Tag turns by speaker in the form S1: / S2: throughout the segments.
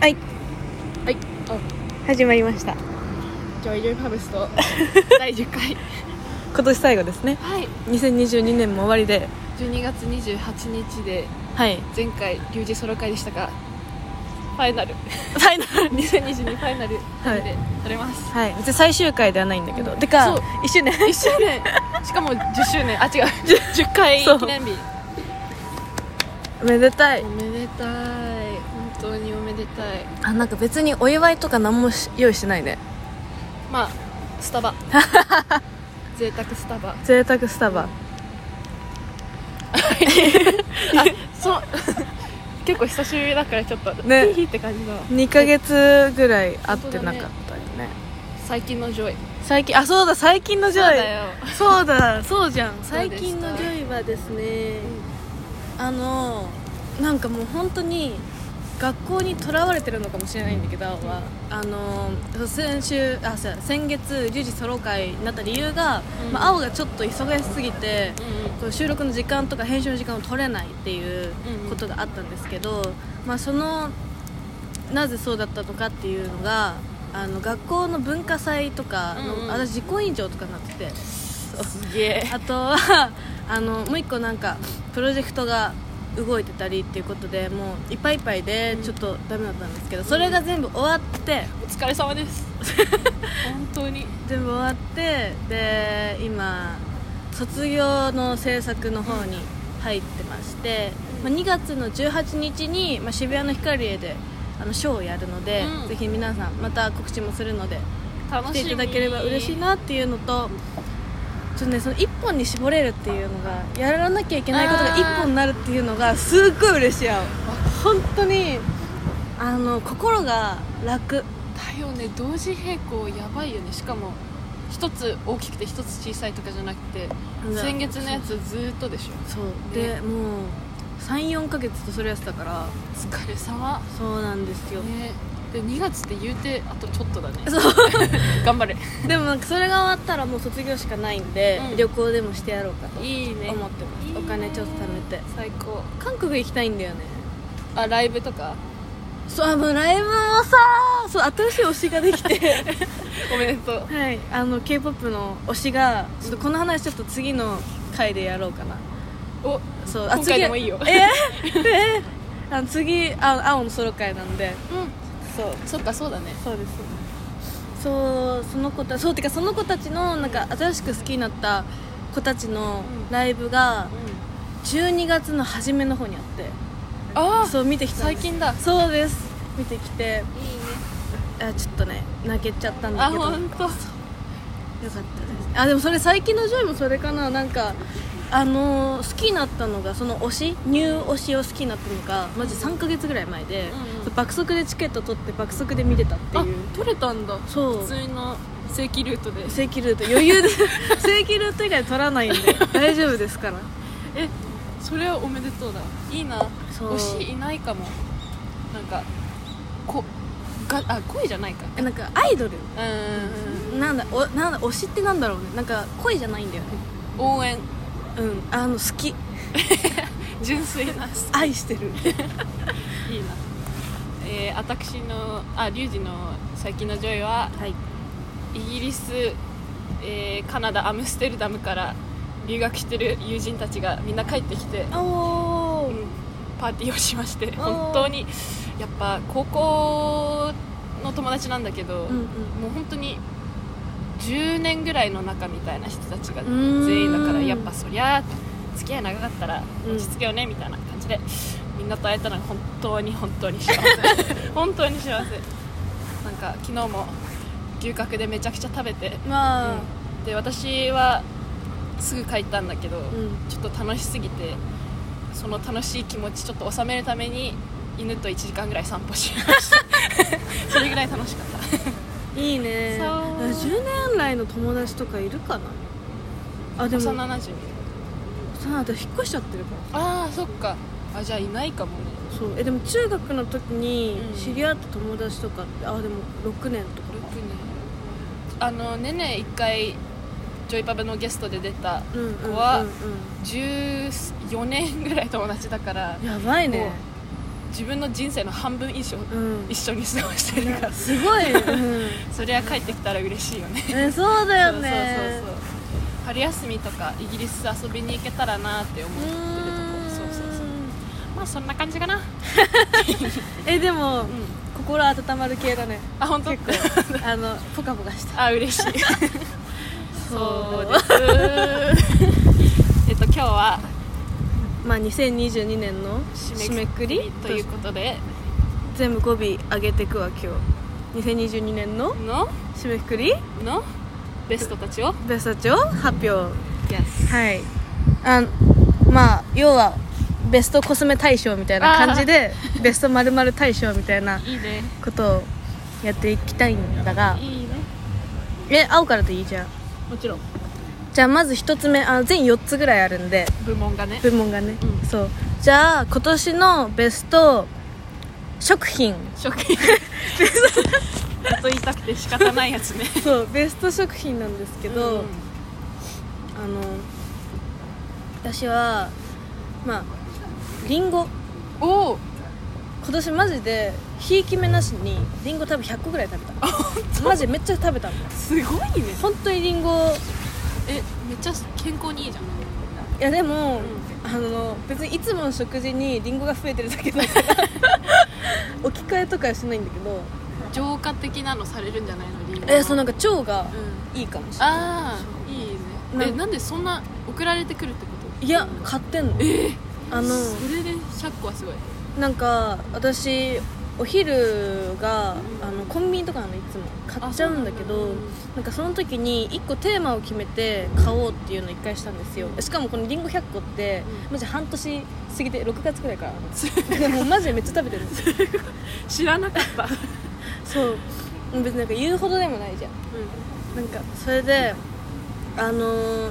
S1: はい
S2: はいあ
S1: 始まりました
S2: ジョイジョイファブス ト第10回
S1: 今年最後ですね
S2: はい
S1: 2022年も終わりで
S2: 12月28日で
S1: はい
S2: 前回リュウジソロ会でしたがファイナル
S1: ファイナル
S2: 2022ファイナル
S1: はい
S2: で撮れます、
S1: はい別に最終回ではないんだけどてか
S2: そう
S1: 一周年
S2: 1周年しかも10周年あ違う 10, 回
S1: そう
S2: 記念日
S1: めでたい
S2: おめでたい本当におめでたい
S1: あなんか別にお祝いとか何もし用意してないね
S2: まあ スタバ贅沢スタバ
S1: 贅沢スタバ
S2: そう 結構久しぶりだからちょっと
S1: ね
S2: ヒーヒーって感じだわ
S1: 2ヶ月ぐらい会ってなかったよね
S2: 最近のジョイ
S1: 最近あそうだ最近のジ
S2: そう
S1: ョ
S2: だ
S1: イ
S2: よ
S1: そうだそうじゃん
S2: 最近のジョ
S1: イはですねあのなんかもう本当に学校にとらわれてるのかもしれないんだけど、はあの先週あそうや先月リュウジソロ会になった理由が、
S2: うん
S1: まあ、青がちょっと忙しすぎて、こう収録の時間とか編集の時間を取れないっていうことがあったんですけど、まあ、そのなぜそうだったのかっていうのがあの学校の文化祭とかの、
S2: うんうん
S1: 私実行委員長とかになってて
S2: すげえ
S1: あとはあのもう一個なんかプロジェクトが動いてたりっていうことでもういっぱいいっぱいでちょっとダメだったんですけど、それが全部終わって
S2: お疲れ様です 本当に
S1: 全部終わってで今卒業の制作の方に入ってまして、
S2: うん
S1: まあ、2月の18日に、まあ、渋谷のヒカリエであのショーをやるので、
S2: うん
S1: ぜひ皆さんまた告知もするので来
S2: 楽
S1: て
S2: し
S1: い
S2: み
S1: ただければ嬉しいなっていうのとちょっとねその1本に絞れるっていうのがやらなきゃいけないことが
S2: あー
S1: 1本になるっていうのがすっごい嬉しいやん本当にあの心が楽
S2: だよね同時並行やばいよねしかも一つ大きくて一つ小さいとかじゃなくて
S1: うん
S2: 先月のやつずーっとでしょ
S1: そう
S2: ね
S1: でもう34ヶ月とそれやってたから
S2: お疲れ様
S1: そうなんですよ、
S2: ねで2月って言うてあとちょっとだね
S1: そう
S2: 頑張れ
S1: でもなんかそれが終わったらもう卒業しかないんで、
S2: うん
S1: 旅行でもしてやろうかと思
S2: いいね
S1: ってます、お金ちょっと貯めて
S2: 最高
S1: 韓国行きたいんだよね
S2: あライブとか
S1: そうあのライブをさそう新しい推しができて
S2: おめでとう
S1: はいあの k p o p の推しがちょっとこの話ちょっと次の回でやろうかな
S2: お
S1: そうあ
S2: 今回でもいいよ
S1: 次えーえーあの次あ青のソロ会なんで
S2: うん
S1: そう
S2: そっかそうだね
S1: そうですそうその子たそうてかその子たちのなんか新しく好きになった子たちの
S2: うん
S1: ライブが
S2: うん
S1: 12月の初めの方にあって
S2: ああ
S1: そう見てきたん
S2: 最
S1: です
S2: 近だ
S1: そうです見てきて
S2: いいね
S1: あちょっとね泣けちゃったんだ
S2: あ
S1: けどよか
S2: 本当
S1: ったですあでもそれ最近のジョイもそれかななんかあのー好きになったのがその推しニュー推しを好きになったのがマジ3ヶ月ぐらい前で、
S2: うんうん
S1: そう爆速でチケット取って爆速で見れたって
S2: あ
S1: いう
S2: 取れたんだ
S1: そう
S2: 普通の正規ルートで
S1: 正規ルート余裕で 正規ルート以外取らないんで大丈夫ですから
S2: えそれはおめでとうだいいな
S1: そう
S2: 推しいないかもなんかこがあ恋じゃないか
S1: えなんかアイドル
S2: うーん
S1: なんだおなんだ推しってなんだろうねなんか恋じゃないんだよね
S2: 応援
S1: うんあの好き
S2: 純粋な
S1: 愛してる
S2: いいなえー、私のあリュウジの最近のジョイは
S1: はい
S2: イギリス、えーカナダアムステルダムから留学してる友人たちがみんな帰ってきて
S1: おお
S2: うんパーティーをしまして
S1: おー
S2: 本当にやっぱ高校の友達なんだけど、
S1: うんうん
S2: もう本当に10年ぐらいの仲みたいな人たちが
S1: うーん
S2: 全員だからやっぱそりゃ付き合い長かったら
S1: うん
S2: 落ち着けよねみたいな感じでみんなと会えたのが本当に本当に幸 せ本当に幸せなんか昨日も牛角でめちゃくちゃ食べて、
S1: まあ
S2: うんで私はすぐ帰ったんだけど、
S1: うん、
S2: ちょっと楽しすぎてその楽しい気持ちちょっと収めるために犬と1時間ぐらい散歩しました それぐらい楽しかった
S1: いいね
S2: そう
S1: 10年来の友達とかいるかなあでも
S2: 幼
S1: さ
S2: なじみ
S1: あと引っ越しちゃってるか
S2: ああそっかあじゃあいないかもね
S1: らそうえでも中学の時に
S2: うん
S1: 知り合った友達とかってあでも6年とか
S2: 6年あのねね一回ジョイパブのゲストで出た
S1: うんうんうん、うん
S2: 子は14年ぐらい友達だから
S1: やばい
S2: も
S1: ね
S2: う自分の人生の半分以上
S1: うん
S2: 一緒に過ごしてる から
S1: すごい、うん、
S2: そりゃ帰ってきたら嬉しいよね
S1: えそうだよね
S2: そうそうそうそう春休みとかイギリス遊びに行けたらなって思ってるとこそうそう
S1: う
S2: そうんまあそんな感じかな
S1: えでも、
S2: ん
S1: 心温まる系だね
S2: あ本当
S1: 結構あのポカポカした
S2: あ 嬉しいそうですす えっと今日は
S1: まあ2022年の
S2: 締
S1: 締
S2: め
S1: め
S2: く
S1: く
S2: り
S1: り
S2: ということで
S1: 全部語尾上げてくわ今日2022年の
S2: の
S1: 締めくくり
S2: のベストたちを
S1: ベストチを発表は
S2: Yes
S1: いあまあ要はベストコスメ大賞みたいな感じでベストまる大賞みたいない
S2: いね
S1: ことをやっていきたいんだが
S2: いいね
S1: え青からでいいじゃん
S2: もちろん
S1: じゃあまず1つ目あ全4つぐらいあるんで
S2: 部門がね
S1: 部門がね、
S2: うん
S1: そうじゃあ今年のベスト食品
S2: 食品ずっと言いたくて仕方ないや つね
S1: そうベスト食品なんですけど、
S2: うん
S1: あの私はまありんご
S2: おお
S1: 今年マジでひいき目なしにりんご多分100個ぐらい食べたマジめっちゃ食べたの
S2: すごいね
S1: 本当にりんご
S2: えめっちゃ健康にいいじゃん
S1: いやでも、あの別にいつもの食事にりんごが増えてるだけだから 置き換えとかはしないんだけど
S2: 浄化的なのされるんじゃないのリンゴ
S1: えそうなん
S2: か
S1: か腸が
S2: うん
S1: いいかもしれない、
S2: ああいいね
S1: な
S2: え
S1: ん
S2: なんでそんな送られてくるってこと
S1: いや買ってんの
S2: え
S1: あの
S2: それで100個はすごい
S1: なんか私お昼があのコンビニとかなのいつも買っちゃうんだけ
S2: あそ
S1: ど
S2: うなんだ
S1: なんかその時に1個テーマを決めて買おうっていうのを1回したんですよしかもこのりんご100個って
S2: うん
S1: マジ半年過ぎて6月くらいから でもマジでめっちゃ食べてるんですよ
S2: 知らなかった、 うん、
S1: そう別になんか言うほどでもないじゃんなんかそれであのー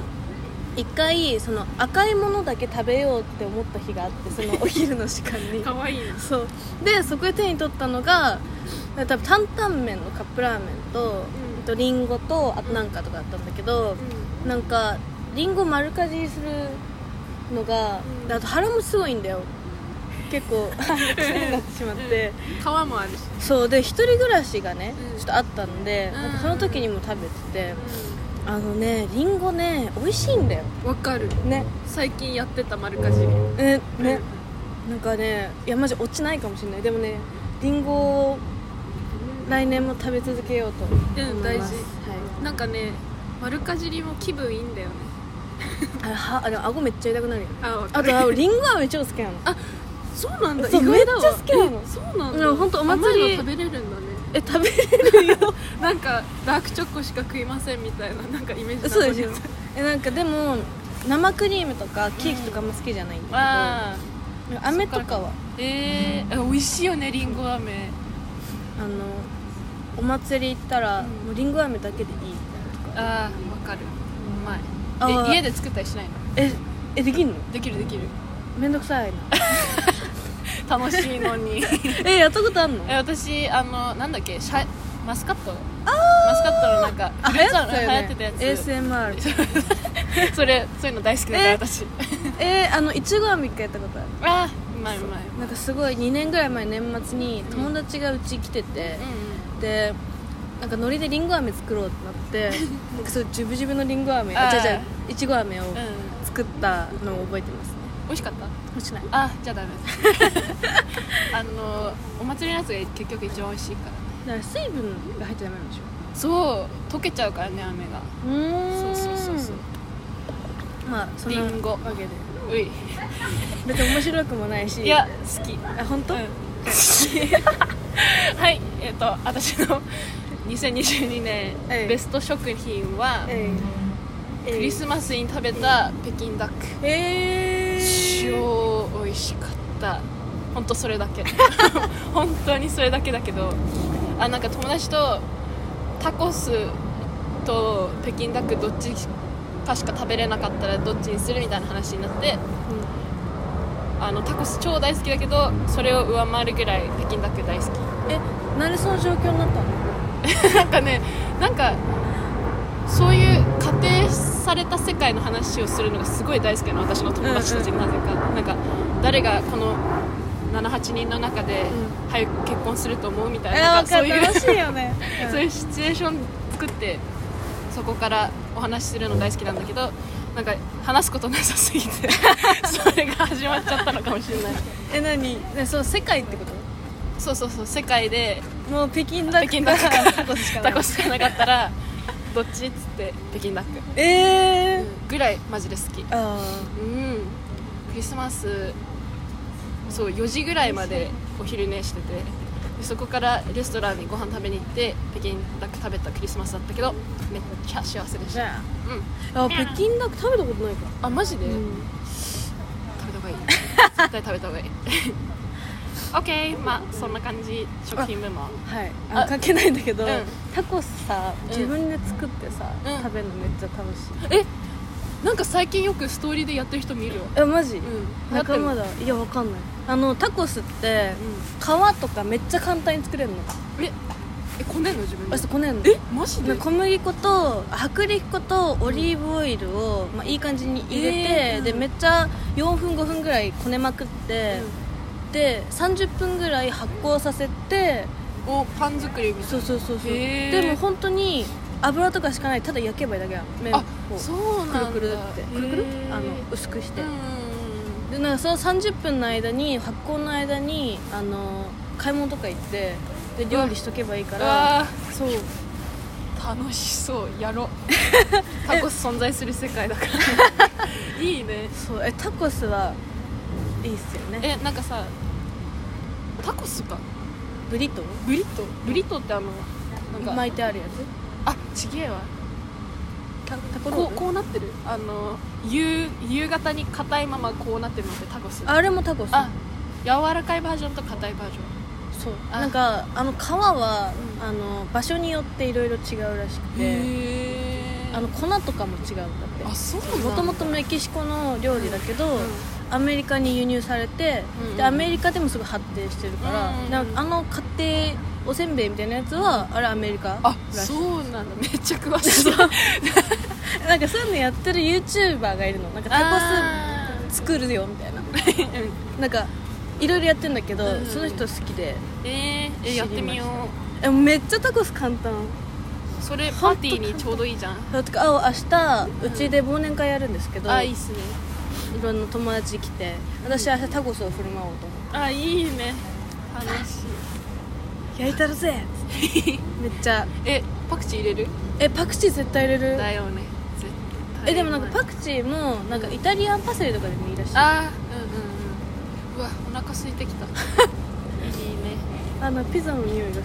S1: 一回その赤いものだけ食べようって思った日があってそのお昼の時間に
S2: かわいいな
S1: そうでそこで手に取ったのが多分担々麺のカップラーメンと、
S2: うん
S1: あとリンゴとあとなんかとかだったんだけど、なんかリンゴ丸かじりするのが、
S2: うん
S1: であと腹もすごいんだよ結 構癖になってしまって、
S2: 皮もあるし、
S1: そうで一人暮らしがね、
S2: うん
S1: ちょっとあったんで、
S2: うん
S1: なんかその時にも食べてて、あのねリンゴね美味しいんだよ
S2: わかる
S1: ね
S2: 最近やってた丸かじり
S1: えねなんかねいやマジ落ちないかもしれないでもねりんごを来年も食べ続けようと思います
S2: うん大事
S1: はい
S2: なんかね丸かじりも気分いいんだよね
S1: あれはあれ顎めっちゃ痛くなるよ
S2: あわか
S1: あ
S2: る
S1: とありんご飴超好き なの
S2: あそうなんだ
S1: そう
S2: 意外だわ
S1: めっちゃ好きなの
S2: えそうなん
S1: う
S2: だ
S1: んほんとお祭り
S2: 甘いの食べれるんだね
S1: え食べれるよ
S2: なんかダークチョコしか食いませんみたいななんかイメージ
S1: そうです
S2: す
S1: よえなんかでも生クリームとかケーキとかも好きじゃないんだ
S2: あ
S1: けど、飴とかは
S2: ーえー、え美味しいよねりんご飴
S1: あのお祭り行ったら、
S2: うん
S1: もうりんご飴だけでいい
S2: あーわかるうまい
S1: あー
S2: え家で作ったりしないの
S1: ええできんの
S2: できるできる
S1: めんどくさい な
S2: 楽しいの に
S1: えやったことあんの
S2: え私あのなんだっけシャイマスカットマスカットのなんか
S1: あ流行ってたよ
S2: 流行
S1: ね
S2: ってたやつ
S1: ASMR
S2: それそういうの大好きだから
S1: え
S2: 私
S1: えー、あのいちご飴一回やったことある
S2: あーうまいうまい
S1: なんかすごい2年ぐらい前年末に友達がうち来てて、
S2: う
S1: でなんかノリでりんご飴作ろうってなってなん かそうジュブジュブのりんご飴
S2: あ
S1: あ
S2: ー
S1: 違う違ういちご飴を
S2: んうん、うん、
S1: 作ったのを覚えてますね
S2: 美味しかった
S1: もしない
S2: あじゃあダメです あのお祭りのやつが結局一番美味しいから
S1: だから水分が入っちゃダメなんでしょ
S2: そう溶けちゃうからね飴が
S1: うーん
S2: そうそうそうそう
S1: まあその
S2: りんご
S1: わけで
S2: うい
S1: 別に面白くもないし
S2: いや好き
S1: あ本当、
S2: うんはいえっ、と私の2022年
S1: えい
S2: ベスト食品は
S1: えいえい
S2: クリスマスに食べた北京ダック
S1: えー、
S2: 超美味しかった本当それだ け本当にそれだけだけどあなんか友達とタコスと北京ダックどっちかしか食べれなかったらどっちにするみたいな話になってあのタコス超大好きだけどそれを上回るぐらい北京ダック大好き
S1: えなんでその状況になったの
S2: なんかねなんかそういう仮定された世界の話をするのがすごい大好きなの私の友達たちになぜか、なんか誰がこの78人の中で、
S1: う
S2: 早く結婚すると思うみたい
S1: え
S2: なな
S1: わ
S2: ん
S1: か
S2: そ
S1: る
S2: ういう
S1: 楽しいよね、うん
S2: そういうシチュエーション作ってそこからお話しするの大好きなんだけどなんか話すことなさすぎ てそれが始まっちゃったのかもしれない
S1: え何ねその世界ってこと
S2: そうそうそう世界で
S1: もう北京ダック
S2: 北京ダッ ク
S1: タコスしかな
S2: タ
S1: い
S2: コスがなかったらどっちっつって北京ダック
S1: えー、
S2: ぐらいマジで好きうん
S1: あ
S2: クリスマスそう4時ぐらいまでお昼寝しててでそこからレストランにご飯食べに行って北京ダック食べたクリスマスだったけどめっちゃ幸せで
S1: ー
S2: した
S1: ゃ
S2: うん
S1: ああ北京ダック食べたことないから、
S2: あマジで、
S1: うん
S2: 食べた方がいい絶対食べた方がいい OK まあそんな感じ食品部門
S1: はいあ
S2: あ
S1: 関係ないんだけど、
S2: うん
S1: タコスさ自分で作ってさ、
S2: うん
S1: 食べるのめっちゃ楽しい
S2: えなんか最近よくストーリーでやってる人見るよ
S1: えマジ、
S2: うん
S1: 仲間
S2: だ
S1: だいやわかんないあのタコスって
S2: う
S1: 皮とかめっちゃ簡単に作れるの
S2: んええこねんの自分で
S1: あそうこねんの
S2: えマジで
S1: な小麦粉と薄力粉とオリーブオイルを、まあ、いい感じに入れて、
S2: えーうん
S1: でめっちゃ4分5分ぐらいこねまくって、で30分ぐらい発酵させて
S2: うんおパン作りみたい
S1: そうそうそうそう
S2: へー
S1: でも本当に油とかしかないただ焼けばいいだけや麺を
S2: あそうなんだ
S1: くるくるってくるくる
S2: へー
S1: あの薄くして、
S2: うん
S1: でなんかその30分の間に発酵の間にあの買い物とか行ってで料理しとけばいいか
S2: う
S1: ら
S2: わ
S1: そう
S2: ー楽しそう やろタコス存在する世界だから いいね
S1: そうえタコスはいいっすよね
S2: えなんかさタコスか
S1: ブリトー
S2: ブリトブリトってあのなんか
S1: 巻いてあるや
S2: あちげえわ
S1: つタタコロ
S2: こ
S1: ー
S2: う
S1: ル
S2: こうなってるあの夕夕方に硬いままこうなってるのってタコス
S1: あれもタコス
S2: あ柔らかいバージョンと硬いバージ
S1: そう
S2: あ
S1: なんかあの皮は、
S2: うん
S1: あの場所によっていろいろ違うらしく
S2: ョン
S1: て
S2: へ
S1: あの粉とかも違うんだって
S2: あそうなんだ
S1: もともとメキシコの料理だけど、
S2: うん
S1: アメリカに輸入されて、
S2: うん
S1: でアメリカでもすごい発展してるから、
S2: うん
S1: なんかあの家庭おせんべいみたいなやつはあれアメリカ
S2: あ
S1: らしい
S2: そうなんだめっちゃ詳しい
S1: なんかそういうのやってる YouTuber がいるのなんかタ
S2: あ
S1: コス作るよみたいな
S2: ーうん
S1: なんかいろいろやってんだけど、
S2: うん
S1: その人好きで
S2: えーえやってみよ
S1: 知りえめっちゃタコス簡単
S2: うそれパーティーにちょうどいいじゃん
S1: だってかあ明日うちで忘年会やるんですけど、
S2: あ
S1: い
S2: いいっすね
S1: ろんな友達来て私明日タコスを振る舞おうと思っ
S2: あいいね楽しい
S1: て焼いたるぜ めっちゃ
S2: えパクチー入れる
S1: えパクチー絶対入れる
S2: だよね絶対
S1: えでもなんか
S2: ク
S1: パクチーもなんかイタリアンパセリとかでもいいらしいあ
S2: あーうんうんうんうわお腹空いてき たいいね
S1: のピザの匂いがする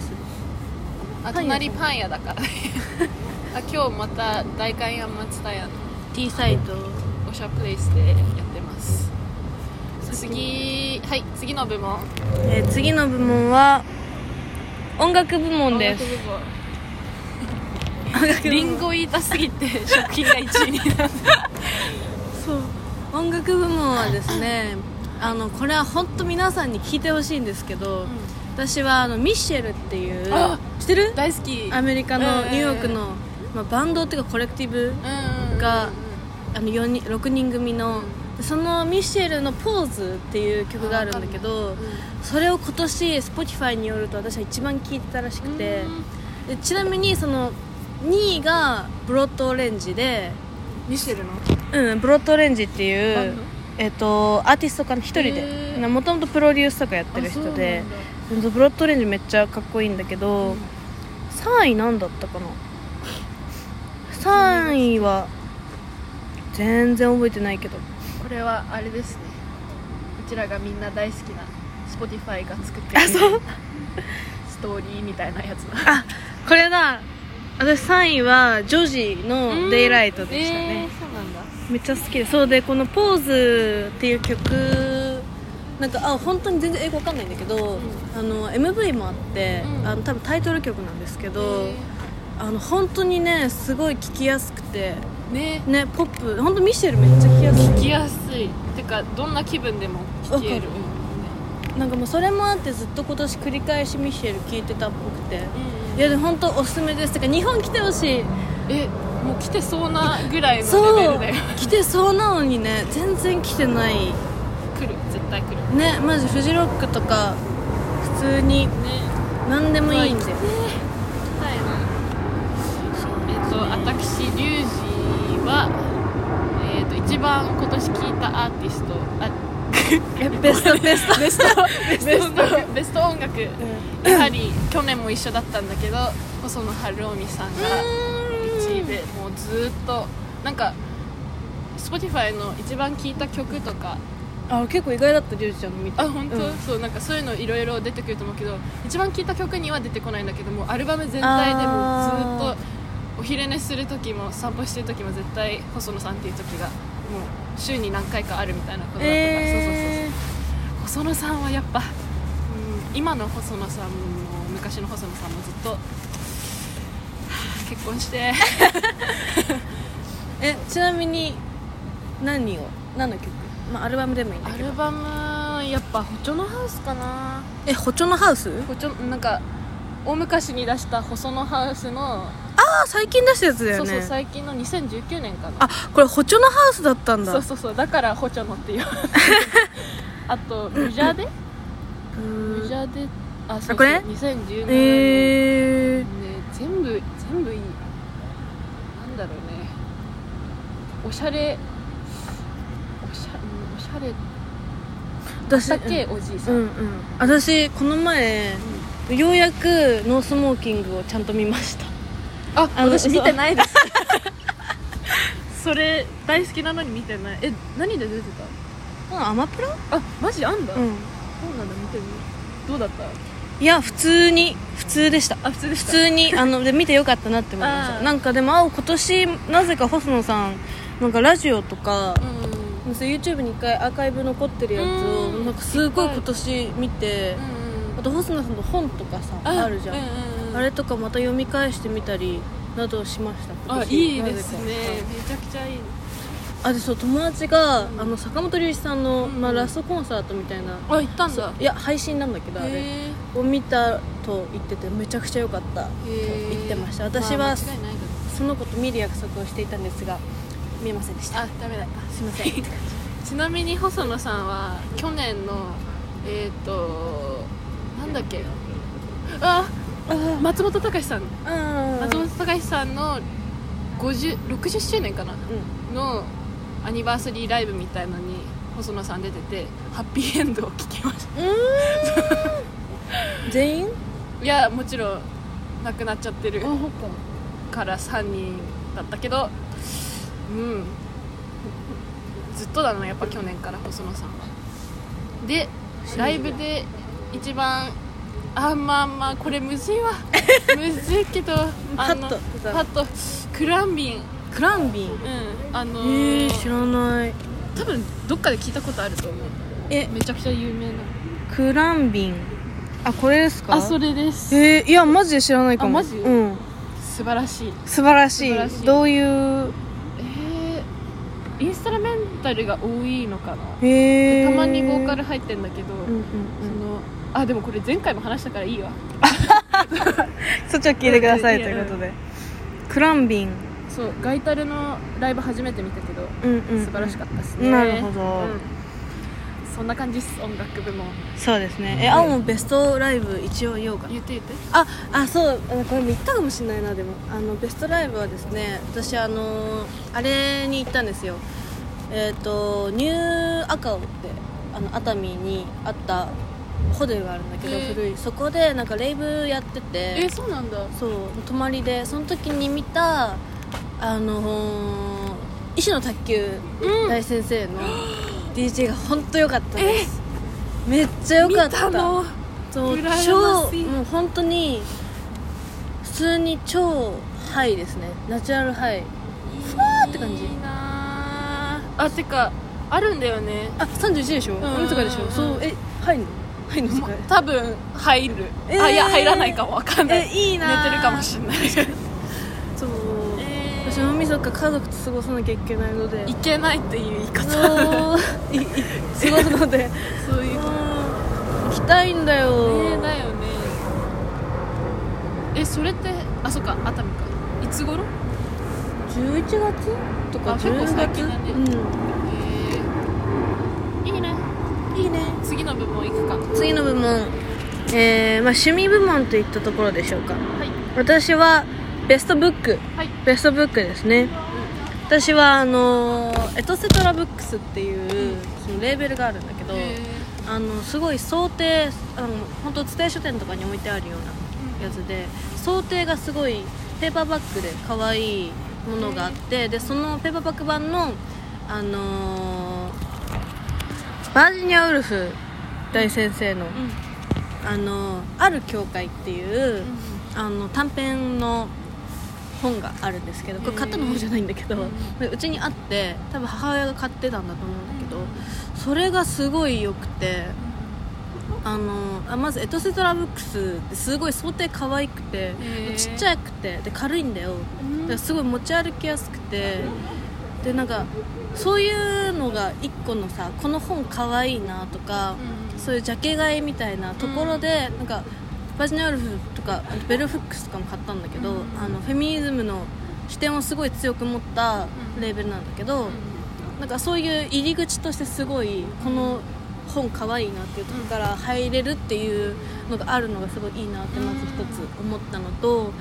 S2: あ
S1: パン屋
S2: 隣パン屋だからあ今日また代官山松田屋の
S1: T サイト
S2: おしゃプレイスでやってます次はい次の部門
S1: えー次の部門は音楽部門
S2: 音
S1: で
S2: 楽
S1: す
S2: 部門
S1: 音楽部門
S2: リンゴ痛すぎて食品が1位になっ
S1: そう音楽部門はですねあのこれは本当皆さんに聞いてほしいんですけど、私はあのミッシェルっていう
S2: あ
S1: 知ってる
S2: 大好き
S1: アメリカの
S2: うん
S1: ニューヨークの、まあ、バンドっていうかコレクティブ
S2: うん
S1: があの4人6人組のでそのミッシェルの「ポーズ」っていう曲があるんだけどそれを今年 Spotify によると私は一番聴いてたらしくてでちなみにその2位が「ブロッドオレンジで」
S2: ミシェルの
S1: うん、ブロッドオレンジって
S2: バ
S1: い
S2: ン
S1: う
S2: ド、
S1: えっとアーティストかな一人
S2: へ
S1: で
S2: ー
S1: もともとプロデュースとかやってる人でうんとブロッドオレンジめっちゃかっこいいんだけど、
S2: うん
S1: 3位なんだったかな3位は全然覚えてないけど
S2: これはあれですねうちらがみんな大好きな Spotify が作って
S1: あそう
S2: ストーリーみたいなやつだ
S1: これだ私3位はジョジの「デイライト」でした
S2: え
S1: ね、
S2: ーそうなんだ
S1: めっちゃ好きでそうでこの「ポーズ」っていう曲なんかあ本当に全然英語わかんないんだけど、あの MV もあって、
S2: うん
S1: あの多分タイトル曲なんですけど、
S2: え
S1: あの本当にねすごい聴きやすくて
S2: ーね
S1: ねポップ本当ミシェルめっちゃ聴きやす
S2: 聞きやすいてかどんな気分でも聞ける
S1: わいなんかもうそれもあってずっと今年繰り返しミシェル聴いてたっぽくていやでも本当おすすめですてか日本来てほしい
S2: えもう来てそうなぐらい
S1: そ
S2: のレベ
S1: う
S2: ルで
S1: 来てそうなのにね全然来てない
S2: 来る絶絶対来るね
S1: ねマジフジロックとか普通に何でもいいんで
S2: はいえっと私リュウジはえっと一番今年聴いたアーティストあ
S1: えベストベスト
S2: ベストベストベスト音楽やはり去年も一緒だったんだけど細野晴臣さんが1位でもうずーっとなんか Spotify の一番聴いた曲とか
S1: あ結構意外だったりゅうちゃんの見て
S2: あ本当、
S1: うん
S2: そうなんかそういうのいろいろ出てくると思うけど一番聴いた曲には出てこないんだけどもうアルバム全体でもうずー
S1: あ
S2: っとお昼寝する時も散歩してる時も絶対細野さんっていう時がもう週に何回かあるみたいなことだったから、そうそうそうそう
S1: え
S2: 細野さんはやっぱ、うん、今の細野さんも昔の細野さんもずっと、はあ結婚して
S1: ーえちなみに何を何の曲まあアルバムでもいいんだ
S2: ア
S1: けど
S2: ルバムやっぱ「ホチョのハウス」かな
S1: えホチョのハウス
S2: ホチョなんか大昔に出した「細野ハウスの」
S1: あ最近出したやつだよ
S2: そう
S1: ね
S2: そう最近の2019年かな
S1: あこれホチョのハウスだったんだ
S2: そうそうそうだから「ホチョの」っていう あと「ムジャデ」
S1: う
S2: 「ム
S1: ーん
S2: ジャデ」あそうそう
S1: あこれ
S2: 2017年、
S1: えー
S2: ね、全部全部いいなんだろうねおしゃれおしゃ,、うん、おしゃれ
S1: 私
S2: だっけおじいさ、
S1: うんん
S2: うん
S1: うん私この前ようやくノースモーキングをちゃんと見ました
S2: あ
S1: あの嘘
S2: ないです それ大好きなのに見てないえ何で出て
S1: あアマプラ
S2: たあマジあんだ、
S1: う
S2: そ
S1: ん
S2: うなんだ見てみようどうだった
S1: いや普通に普通でした
S2: あ普通でし
S1: 普
S2: た
S1: 通にあので見てよかったなって思いまし
S2: あ
S1: た
S2: ー
S1: なんかでもあ今年なぜか細野さんなんかラジオとか、
S2: うんうんうん
S1: そう YouTube に一回アーカイブ残ってるやつを
S2: うん
S1: なんかすごい今年見て、あと細野さんの本とかさあるじゃん、
S2: うううん
S1: あれとかまた読み返してみたりなどをしました今
S2: あ
S1: 年
S2: いいですね
S1: なぜか
S2: めちゃくちゃいい
S1: あでそう友達が、
S2: うん
S1: あの坂本龍一さんの、
S2: うん
S1: まあ、ラストコンサートみたいな、
S2: あ行ったんだ
S1: いや配信なんだけどあれ
S2: へ
S1: を見たと言っててめちゃくちゃ良かった
S2: え
S1: 言ってました私は
S2: 間違いないだろう
S1: その子と見る約束をしていたんですが見えませんでした
S2: あダメだ
S1: すいません
S2: ちなみに細野さんは去年のえっ、ー、となんだっけあ
S1: あ
S2: 松本隆さん
S1: あ
S2: 松本隆さんの50 60周年かなのアニバーサリーライブみたいのに細野さん出ててハッピーエンドを聞きまし
S1: うんうーん全員
S2: たいやもちろん亡くなっちゃってる
S1: ほっ
S2: から3人だったけどうんずっとだなやっぱ去年から細野さんはでライブで一番あまあまあこれむず いわむずいけどあの
S1: パッと
S2: パッとクランビン
S1: クランビン
S2: うんあの
S1: えー、知らない
S2: 多分どっかで聞いたことあると思う
S1: え
S2: めちゃくちゃ有名な
S1: クランビンあこれですか
S2: あそれです
S1: えー、いやマジで知らないかも
S2: あマジ
S1: うん
S2: 素晴らしい
S1: 素晴らしい
S2: 素晴らしい
S1: どういう
S2: えー、インストラメンタルが多いのかな
S1: へえ
S2: たまにボーカル入ってんだけど、
S1: うんうん
S2: そ
S1: うん
S2: のあでもこれ前回も話したからいいわ
S1: そっちは聞いてくださいということでクランビン
S2: そうガイタルのライブ初めて見たけど、
S1: うんうん
S2: 素晴らしかったです
S1: う
S2: ね
S1: んなるほど
S2: うんそんな感じっす音楽部門
S1: そうですねえ青もベストライブ一応言おうかな
S2: 言って言って
S1: ああそうあのこれも言ったかもしれないなでもあのベストライブはですね私あのあれに行ったんですよえっ、とニューアカオってあの熱海にあったホテルがあるんだけど、
S2: へー
S1: 古いそこでなんかレイブやってて
S2: えそうなんだ
S1: そう泊まりでその時に見たあのー、医師の卓球
S2: うん
S1: 大先生の DJ が本当良かったです、めっちゃ良
S2: 見
S1: かった
S2: たの
S1: そう
S2: 羨ましい
S1: 超もう本当に普通に超ハイですねナチュラルハイ
S2: ふ
S1: わーって感じ
S2: いいなーあてかあるんだよね
S1: あ三31でしょ
S2: ん
S1: うんとかでしょそうえ入んの入んのそ
S2: も
S1: こへ
S2: 多分入る、
S1: えー
S2: あいや入らないかもわかんな
S1: え
S2: い
S1: いいなー
S2: 寝てるかもしれない
S1: そう、
S2: え
S1: 私大晦日家族と過ごさなきゃいけないので
S2: いけないっていう言い方
S1: そういい過ごすので
S2: そういう
S1: 行きたいんだよ、
S2: ねだよねえそれってあそっか熱海かいつ頃
S1: 11月とか
S2: あ結構
S1: 10
S2: 最
S1: 月、
S2: 近だね
S1: う
S2: えーいいね
S1: ん、いいねね
S2: 次の部門行くかは
S1: 次の部門、えーまあ、趣味部門といったところでしょうか
S2: い
S1: 私はベストブック
S2: はい
S1: ベストブックですね私はあのーエトセトラブックスっていう、そのレーベルがあるんだけどあのすごい想定あの本当伝え書店とかに置いてあるようなやつで想定がすごいペーパーバッグで可愛いものがあってでそのペーパーバッグ版のあのーバージニアウルフ大先生の、
S2: うん
S1: あのーある教会っていう、あの短編の本があるんですけどこれ買ったの方じゃないんだけど
S2: う
S1: うちにあって多分母親が買ってたんだと思うんだけどそれがすごい良くてあのあまずエトセトラブックスってすごい想定可愛くて
S2: ー
S1: ちっちゃくてで軽いんだよ
S2: うん
S1: だからすごい持ち歩きやすくてでなんかそういうのが一個のさこの本可愛いなとか
S2: うん
S1: そういうジャケ買いみたいなところで、なんかバージニアウルフとかあとベルフックスとかも買ったんだけど、
S2: うん
S1: あのフェミニズムの視点をすごい強く持った
S2: うん
S1: レーベルなんだけど、
S2: うん
S1: なんかそういう入り口としてすごいこの本可愛いなっていうところから入れるっていうのがあるのがすごいいいなってまず一つ思ったのと、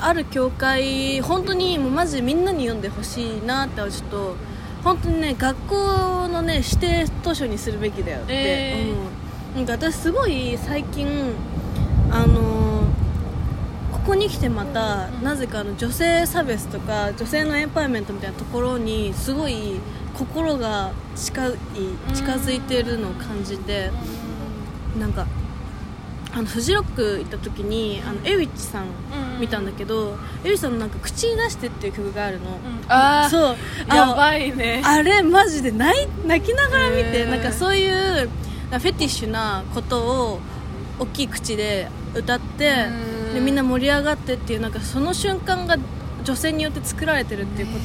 S1: ある教会本当にもうマジでみんなに読んでほしいなってちょっと本当にね学校のね指定図書にするべきだよって、
S2: えー
S1: うん、なんか私すごい最近あのーここに来てまた、
S2: うん
S1: なぜかあの女性差別とか女性のエンパワーメントみたいなところにすごい心が近い近づいてるのを感じて、なんかあのフジロック行った時にあのエウィッチさん見たんだけど、エウィッチさんのなんか「口に出して」っていう曲があるの、
S2: うんああ
S1: そうあ
S2: やばい ね
S1: あれマジで泣い泣きながら見て、
S2: へー
S1: なんかそういうなんかフェティッシュなことを大きい口で歌って
S2: うん
S1: でみんな盛り上がってっていうなんかその瞬間が女性によって作られてるっていうこ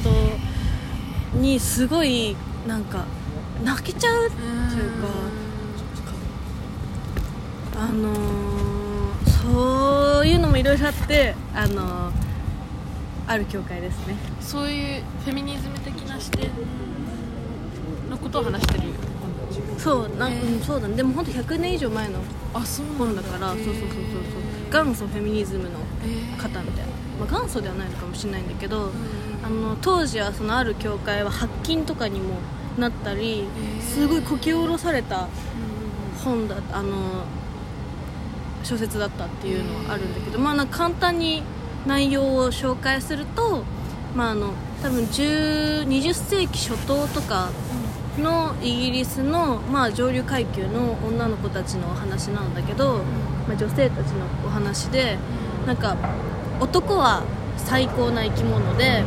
S1: とにすごいなんか泣けちゃうっていうかあのーそういうのもいろいろあってあのーある教会ですね
S2: そういうフェミニズム的な視点のことを話してる
S1: そうなん、
S2: へー
S1: うんそうだねでも本当100年以上前の
S2: あそう
S1: 本だからそうそうそうそうそう元祖フェミニズムの方みたいな、まあ、元祖ではないのかもしれないんだけどあの当時はそのある教会は発禁とかにもなったり
S2: へー
S1: すごいこき下ろされた本だあの小説だったっていうのはあるんだけど、まあ、なんか簡単に内容を紹介すると、まあ、あの多分10 20世紀初頭とかのイギリスの、まあ、上流階級の女の子たちのお話なんだけど、まあ、女性たちのお話でなんか男は最高な生き物で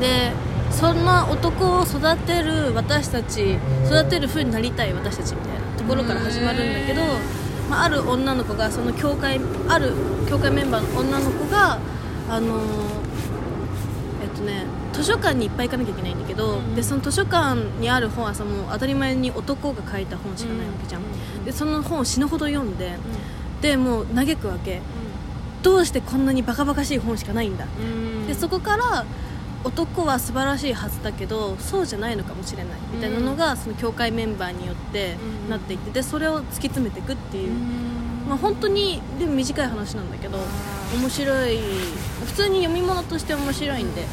S1: でそんな男を育てる私たち育てる風になりたい私たちみたいなところから始まるんだけど
S2: へー、
S1: まあ、ある女の子がその教会ある教会メンバーの女の子があのーえっとね図書館にいっぱい行かなきゃいけないんだけど、
S2: うん
S1: でその図書館にある本はさもう当たり前に男が書いた本しかないわけじゃん、でその本を死ぬほど読んででもう嘆くわけどうしてこんなにバカバカしい本しかないんだ、でそこから男は素晴らしいはずだけどそうじゃないのかもしれないみたいなのが、その教会メンバーによって
S2: うん
S1: なっていてでそれを突き詰めていくっていう、まあ、本当にでも短い話なんだけど面白い普通に読み物として面白いんで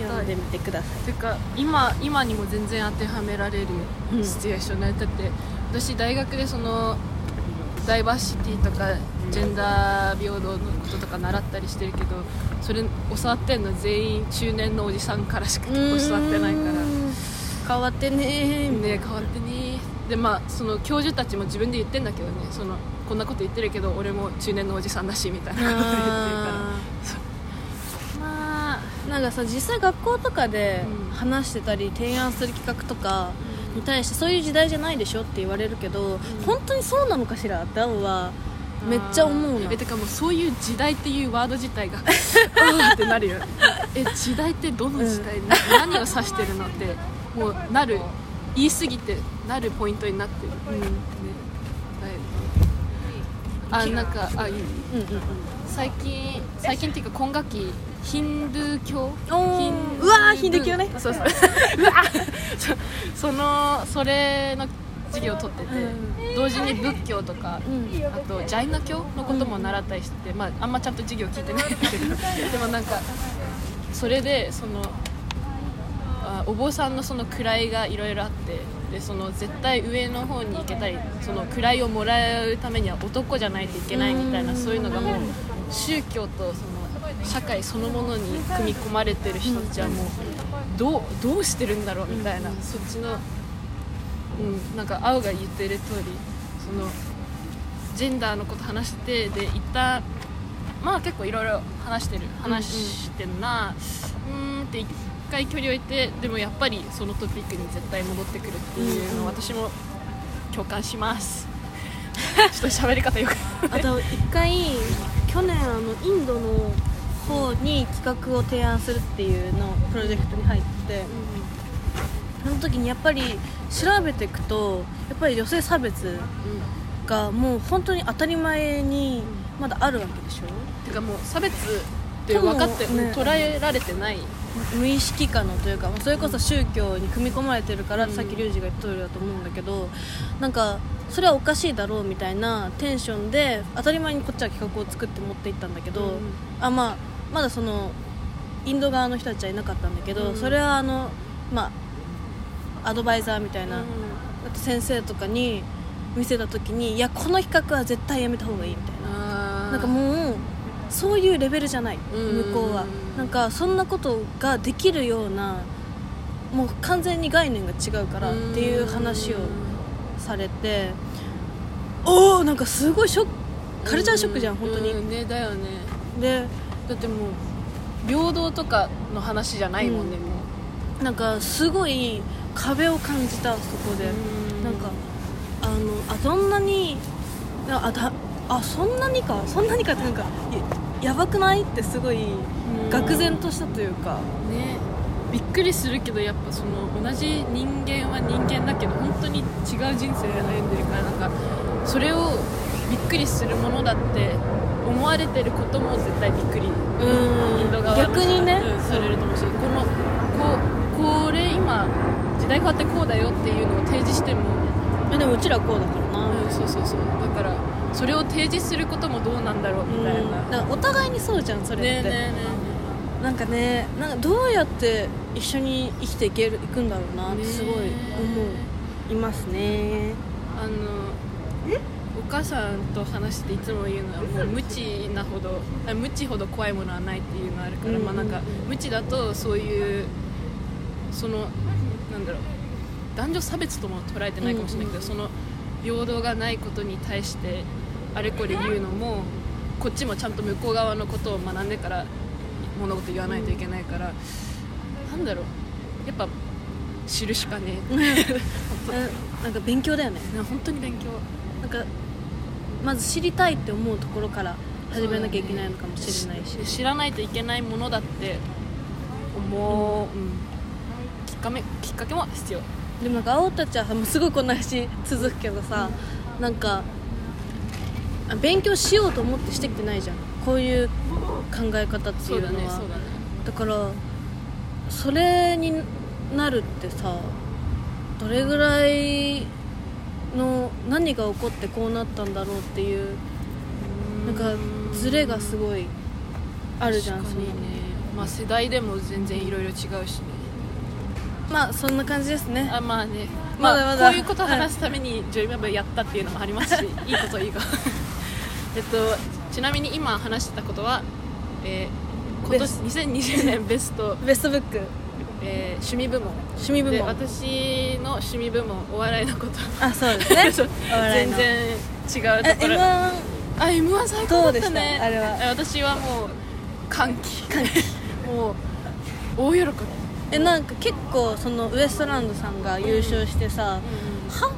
S1: 読んでみてください
S2: てか今今にも全然当てはめられる
S1: うん
S2: シチュエーションだったって私大学でそのダイバーシティとかジェンダー平等のこととか習ったりしてるけどそれ教わってんの全員中年のおじさんからしか結構教わってないから
S1: う
S2: ね
S1: ーん変わってねー
S2: 変わってねでまあその教授たちも自分で言ってんだけどねそのこんなこと言ってるけど俺も中年のおじさんだしみ たいなこと言ってるから
S1: あ
S2: まあ
S1: ーなんかさ実際学校とかで
S2: うん
S1: 話してたり提案する企画とかに対してそういう時代じゃないでしょって言われるけど、本当にそうなのかしらってアンはめっちゃ思うの
S2: えてかもうそういう時代っていうワード自体があーってなるよねえ時代ってどの時代、な何を指してるのってもうなる言い過ぎてなるポイントになってる、
S1: うんうん
S2: だいぶあなんかあいい
S1: うんうん
S2: 最近最近っていうか今学期ヒンドゥー教
S1: おー
S2: ヒン
S1: うわーヒンドゥー教ね
S2: そうそううわそそのそれの授業を取ってて、
S1: う
S2: 同時に仏教とか、
S1: うん
S2: あとジャイナ教のことも習ったりしてて、まあ、あんまちゃんと授業聞いて ないんだけどでもなんかそれでそのあお坊さんのその位がいろいろあってでその絶対上の方に行けたりその位をもらうためには男じゃないといけないみたいな
S1: うん
S2: そういうのがもう宗教とその社会そのものに組み込まれてる人たちはもうどうどうしてるんだろうみたいな、
S1: うん
S2: そっちの、うん、なんか青が言ってる通りそのジェンダーのこと話しててで一旦まあ結構いろいろ話してる話してんなうーんって一回距離置いてでもやっぱりそのトピックに絶対戻ってくるっていう
S1: うんう
S2: の
S1: ん
S2: 私も共感します ちょっと喋り方よく
S1: あと一回去年あのインドの方に企画を提案するっていうのをプロジェクトに入ってその時にやっぱり調べていくとやっぱり女性差別がもう本当に当たり前にまだあるわけでしょ
S2: てかもう差別って分かって、
S1: でもね
S2: 捉えられてない
S1: 無意識化のというかそれこそ宗教に組み込まれてるから、
S2: うん
S1: さっきリュウジが言った通りだと思うんだけどなんかそれはおかしいだろうみたいなテンションで当たり前にこっちは企画を作って持っていったんだけど、
S2: うん
S1: あまあ、まだそのインド側の人たちはいなかったんだけど、
S2: うん
S1: それはあの、まあ、アドバイザーみたいな、
S2: な、
S1: あと先生とかに見せた時にいやこの企画は絶対やめた方がいいみたいな。
S2: あー
S1: なんかもうそういうレベルじゃない
S2: う
S1: 向
S2: ん
S1: こうはなんかそんなことができるようなもう完全に概念が違うからっていう話をされておおなんかすごいショックカルチャーショックじゃん本当に
S2: うんねだよね
S1: で
S2: だってもう平等とかの話じゃないもんね、
S1: う
S2: も
S1: なんかすごい壁を感じたそこで
S2: う
S1: なんかあのあそんなにあだあそんなにかそんなにかってなんかややばくないってすごい
S2: うん
S1: 愕然としたというか
S2: ねびっくりするけどやっぱその同じ人間は人間だけど本当に違う人生で悩んでるからなんかそれをびっくりするものだって思われてることも絶対びっくりインド側の
S1: 逆にね
S2: うんされると思うしこのここれ今時代変わってこうだよっていうのを提示しても
S1: えでもうちらこうだからな、
S2: うん、そうそうそうだからそれを提示することもどうなんだろうみたいな、
S1: だからお互いにそうじゃんそれっ
S2: ねえね
S1: て、
S2: えね
S1: なんかねなんかどうやって一緒に生きていけるいくんだろうなってすごい思う、いますね
S2: あのお母さんと話していつも言うのはもう無知なほどあ無知ほど怖いものはないっていうのあるから、
S1: うんうん
S2: まあなんか無知だとそういうそのなんだろう男女差別とも捉えてないかもしれない
S1: う
S2: けど、
S1: んうん
S2: その平等がないことに対してあれこれ言うのもこっちもちゃんと向こう側のことを学んでから物事言わないといけないから、なんだろうやっぱ知るしかねえ、
S1: えなんか勉強だよね
S2: ね本当に勉強
S1: なんかまず知りたいって思うところから始めなきゃいけないのかもしれないし、
S2: 知らないといけないものだって思う、うんきっかめきっかけも必要
S1: でもなんか青たちはもうすごいこんな話続くけどさ、なんかあ勉強しようと思ってしてきてないじゃんこういう考え方っていうのは
S2: だね
S1: だからそれになるってさどれぐらいの何が起こってこうなったんだろうっていうなんかズレがす
S2: い
S1: ごいあるじゃん
S2: 確かにねまあ世代でも全然いろいろ違うしね
S1: そのまあそんな感じですね
S2: あまあね
S1: ま
S2: まあ
S1: だまだ
S2: こういうことを話すためにジョイマブやったっていうのもあります しいいこといいことえっとちなみに今話してたことは、えー今
S1: ベ
S2: 年2020年ベスト、
S1: ベストブック
S2: えー趣味部門
S1: 趣味部
S2: で
S1: 門
S2: 私の趣味部門お笑いのこと
S1: あそうですね
S2: そう
S1: お笑い
S2: 全
S1: の
S2: 然違う
S1: え
S2: ところあ
S1: 今
S2: m 1最高だ
S1: ど
S2: っ
S1: うで
S2: た
S1: した
S2: ね
S1: あれは
S2: え私はもう歓喜もう大喜び、
S1: えなんか結構そのウエストランドさんが優勝してさ、は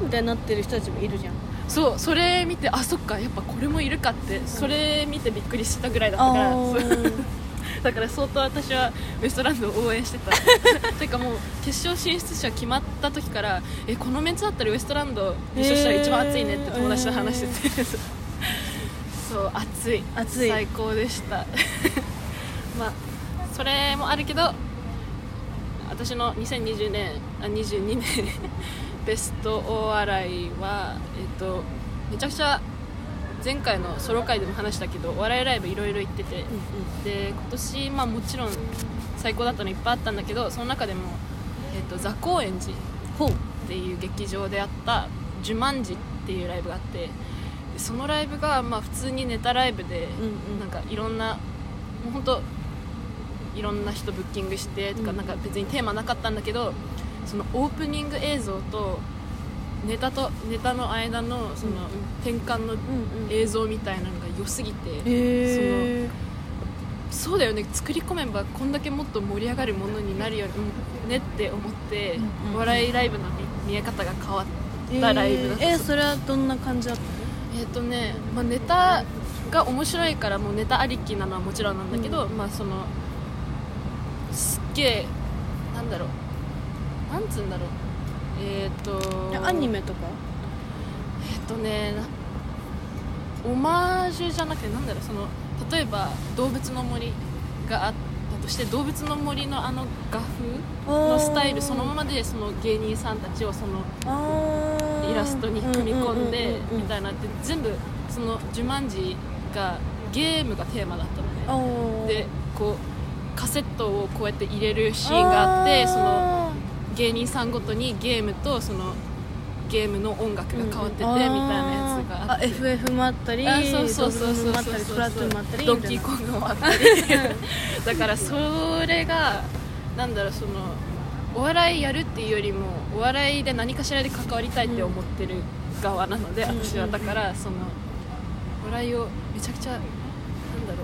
S1: みたいになってる人たちもいるじゃん
S2: そうそれ見てあそっかやっぱこれもいるかってそれ見てびっくりしたぐらいだったから
S1: あー
S2: そうだから相当私はウエストランドを応援してた てかもう決勝進出者決まった時からえこのメンツだったらウエストランド優勝したら一番熱いねって友達と話して て、そう熱い
S1: 熱い
S2: 最高でした まあそれもあるけど私の2020年あ22年 ベスト大洗はえっとめちゃくちゃ前回のソロ回でも話したけどお笑いライブいろいろ行ってて、で今年、まあ、もちろん最高だったのいっぱいあったんだけどその中でも、えっと座高円寺
S1: ほう
S2: っていう劇場であった「ジュマンジ」っていうライブがあってでそのライブがまあ普通にネタライブで、
S1: うんうん
S2: なんかいろんなもうほんといろんな人ブッキングしてとか,、
S1: うん
S2: なんか別にテーマなかったんだけどそのオープニング映像とネタとネタの間のそ
S1: う
S2: の
S1: んうん
S2: 転換の
S1: うんうん
S2: 映像みたいなのが良すぎて、
S1: へえ
S2: そうだよね作り込めばこんだけもっと盛り上がるものになるよねって思って、
S1: うんうん
S2: お笑いライブの見見え方が変わっ
S1: え
S2: たライブだった、
S1: ーえそれはどんな感じだったの
S2: えっ、とね、まあ、ネタが面白いからもうネタありきなのはもちろんなんだけど、まあそのすっげえなんだろうなんつうんだろうえっ、
S1: え
S2: と
S1: アニメとか
S2: えっとねなオマージュじゃなくてなんだろうその例えば「動物の森」があったとして「動物の森」のあの画風のスタイルそのままでその芸人さんたちをそのイラストに組み込んでみた
S1: い
S2: いなって全部その「ジュマンジ」がゲームがテーマだったのね
S1: な
S2: でこうカセットをこうやって入れるシーンがあってその芸人さんごとにゲームとそのゲームの音楽が変わっててみたいなやつがあって
S1: あ FF もあったり
S2: あそうそうそうそ
S1: ド
S2: うそう
S1: ッグ
S2: そう
S1: もあったりプラトゥーンもあったり
S2: ドンキーコングもあったりだからそれがなんだろうそのお笑いやるっていうよりもお笑いで何かしらで関わりたいって思ってる側なので、
S1: うん
S2: 私はだからそのお笑いをめちゃくちゃなんだろ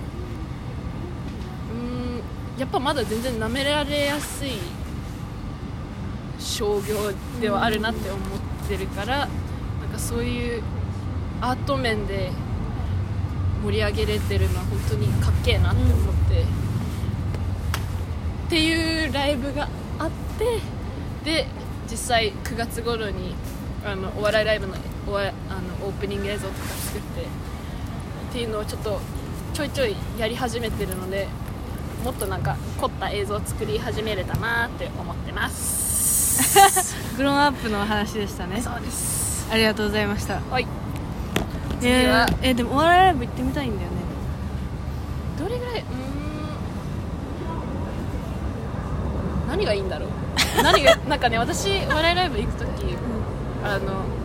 S2: ううーんやっぱまだ全然舐められやすい商業ではあるなって思ってるから、なんかそういうアート面で盛り上げれてるのは本当にかっけえなって思って、っていうライブがあってで実際9月頃にあのお笑いライブのおわあのオープニング映像とか作ってっていうのをちょっとちょいちょいやり始めてるのでもっとなんか凝った映像を作り始めれたなって思ってます
S1: グローンアップのお話でしたね
S2: そうです
S1: ありがとうございました
S2: はい次
S1: え
S2: は
S1: ー、えーでもお笑いライブ行ってみたいんだよね
S2: どれぐらいうーん何がいいんだろう 何がなんかね私お笑いライブ行く時あの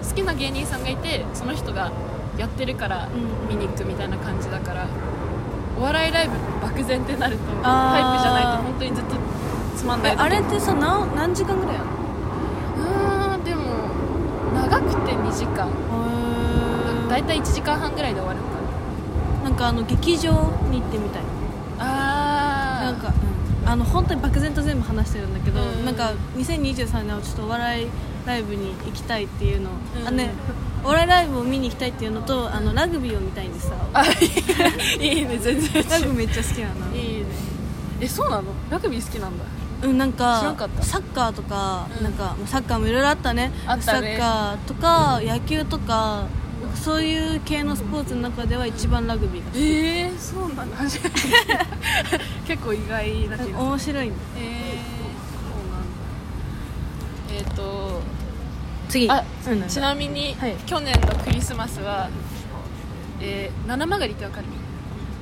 S2: 好きな芸人さんがいてその人がやってるから
S1: うん
S2: 見に行くみたいな感じだからお笑いライブ漠然ってなるとタイプじ
S1: あー
S2: ゃないと本当にずっとつまんな
S1: え
S2: い
S1: あれってさ何何時間ぐらいやる
S2: うーんでも長くて2時間
S1: の
S2: だいたい1時間半ぐらいで終わるのか
S1: なんかあの劇場に行ってみたい
S2: な
S1: な
S2: あ
S1: んか、あの本当に漠然と全部話してるんだけど、
S2: うん
S1: なんか2023年はちょっとお笑いライブに行きたいっていうの、
S2: うん
S1: あねお笑いライブを見に行きたいっていうのとあのラグビーを見たいんですさ
S2: あいいいいね 全然違う
S1: ラグビーめっちゃ好きなの
S2: いいねえそうなのラグビー好きなんだ
S1: うんなんか
S2: 知らんかった
S1: サッカーとか、
S2: うん
S1: なんかサッカーもいろいろあったね
S2: あったね
S1: サッカーとか野球とかなんかそういう系のスポーツの中では一番ラグビーが好き
S2: ええそうなんだ 初めて結構意外だ
S1: な
S2: け
S1: んか
S2: ど
S1: 面白いね
S2: ええそうなんだえっ、と
S1: 次
S2: あ
S1: うん
S2: ちなみに、
S1: はい
S2: 去年のクリスマスは、えー七曲りってわかる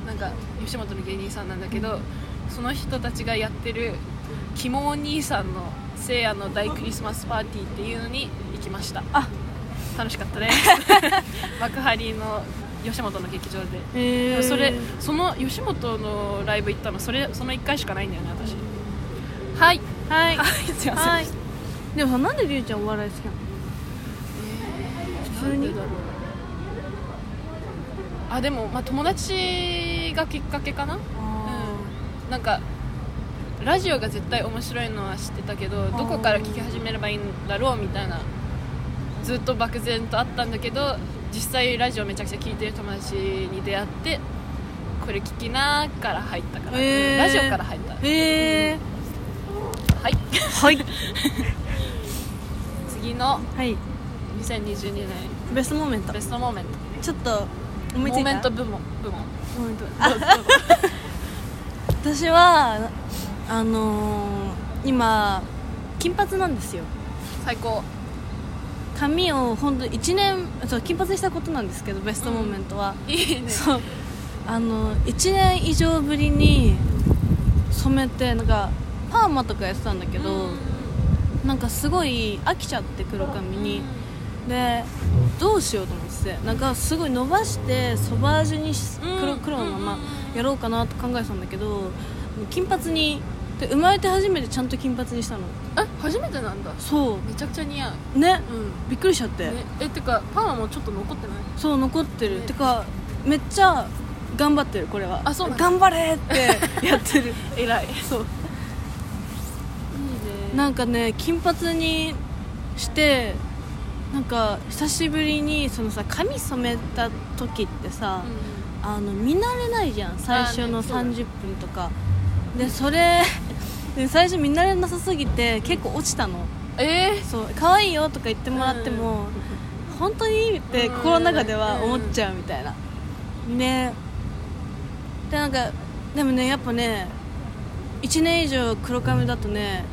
S2: なんか吉本の芸人さんなんだけどその人たちがやってるキモお兄さんの聖夜の大クリスマスパーティーっていうのに行きました
S1: あ
S2: 楽しかったです 幕張の吉本の劇場で
S1: えー、
S2: それその吉本のライブ行ったのそれその1回しかないんだよね私はい
S1: はい
S2: はいすいません
S1: はいでもさなんでりゅうちゃんお笑い好きなの
S2: なんでだろうあでも、まあ、友達がきっかけかなうんなんかラジオが絶対面白いのは知ってたけどどこから聞き始めればいいんだろうみたいなずっと漠然とあったんだけど実際ラジオめちゃくちゃ聞いてる友達に出会ってこれ聞きなーから入ったから、
S1: へー
S2: ラジオから入ったは
S1: へえ
S2: い
S1: はい
S2: 次の
S1: はい
S2: 2022年
S1: ベストモーメント
S2: ベストモーメント
S1: ちょっと思いつ
S2: モー
S1: いた
S2: メント部門部門
S1: モーメントあ私はあのー、今金髪なんですよ
S2: 最高
S1: 髪を本当1年そう金髪にしたことなんですけどベストモーメントは、
S2: いいね
S1: そうあの1年以上ぶりに染めてなんかパーマとかやってたんだけど、なんかすごい飽きちゃって黒髪に、でどうしようと思ってなんかすごい伸ばしてソバージュにし
S2: うん
S1: 黒黒のまま
S2: うん
S1: やろうかなと考えてたんだけど金髪にで生まれて初めてちゃんと金髪にしたの
S2: え初めてなんだ
S1: そ
S2: めちゃくちゃ似合う
S1: うね
S2: う
S1: びっくりしちゃって、
S2: ん、ね、えてかパーマもちょっと残ってない
S1: そう残ってる、
S2: ね
S1: てかめっちゃ頑張ってるこれは
S2: あそうなんだ
S1: 頑張れ ってやってる偉いそう
S2: いい
S1: なんかね金髪にしてなんか久しぶりにそのさ髪染めた時ってさ、あの見慣れないじゃん最初
S2: あ
S1: の
S2: ーねそう
S1: 30分とかでそれで最初見慣れなさすぎて結構落ちたの
S2: ええ
S1: そう可愛いよとか言ってもらっても、本当にって
S2: うん
S1: 心の中では思っちゃうみたいな、ねでなんかでもねやっぱね1年以上黒髪だとね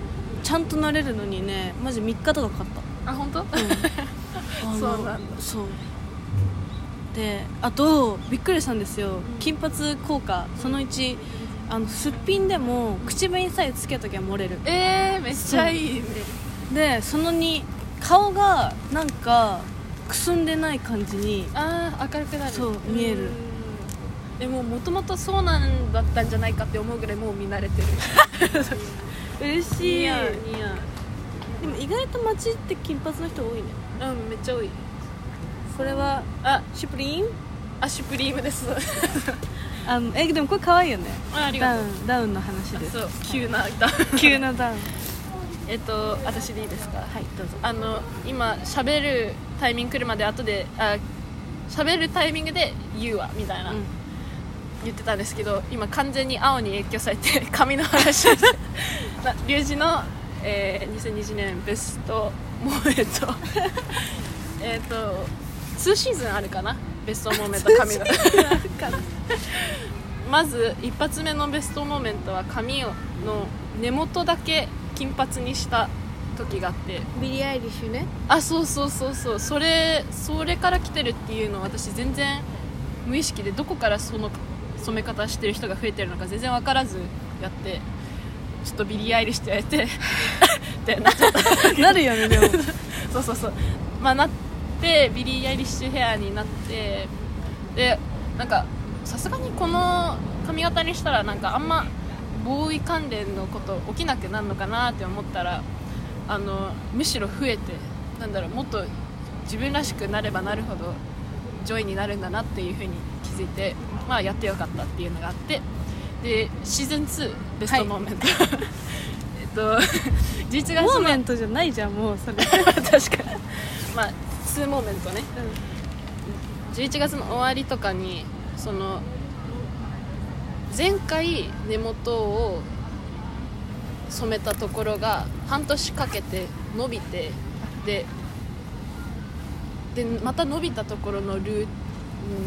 S1: ちゃんとなれるのにねマジ3日とかかかった
S2: あ本当？
S1: あの
S2: そうなんだ
S1: そうであとびっくりしたんですよ、金髪効果その1あのすっぴんでも口紅さえつけときゃ漏れる
S2: ええめっちゃいいね
S1: でその2顔がなんかくすんでない感じに
S2: ああ明るくなる
S1: そう見える
S2: うんえもうもともとそうなんだったんじゃないかって思うぐらいもう見慣れてる
S1: 嬉
S2: 似
S1: で
S2: 合う似合う
S1: も意外と街って金髪の人多いね
S2: うんめっちゃ多い
S1: これは
S2: あ
S1: シュプリーム
S2: アシュプリームです
S1: あのえでもこれ可愛いよね
S2: ああり
S1: ダ
S2: がと
S1: ウ
S2: う
S1: ンダウンの話です
S2: そう急な歌
S1: 急なダウン
S2: えっと私でいいですか
S1: はいどうぞ
S2: あの今喋るタイミング来るまで後であ喋るタイミングで言うわみたいな、
S1: うん
S2: 言ってたんですけど今完全に青に影響されて 髪の話をして なリュウジの、えー2020年ベストモ ーメントえっと2シーズンあるかなベストモーメント髪のまず一発目のベストモーメントは髪をの根元だけ金髪にした時があって
S1: ビリー・アイリッシュね
S2: あそうそうそうそうそれそれから来てるっていうのを私全然無意識でどこからその染め方してる人が増えてるのか全然分からずやってちょっとビリー・アイリしてやれてって なっちゃった
S1: なるよねでも
S2: そうそうそうまあなってビリー・アイリッシュヘアになってでなんかさすがにこの髪型にしたらなんかあんまボーイ関連のこと起きなくなるのかなって思ったらあのむしろ増えてなんだろうもっと自分らしくなればなるほどジョイになるんだなっていうふうに気づいて、まあ、やってよかったっていうのがあってでシーズン2ベストモーメント、 えっと11月の
S1: モーメントじゃないじゃんもうそれ
S2: 確かにまあ2モーメントね11月の終わりとかにその前回根元を染めたところが半年かけて伸びてででまた伸びたところのルー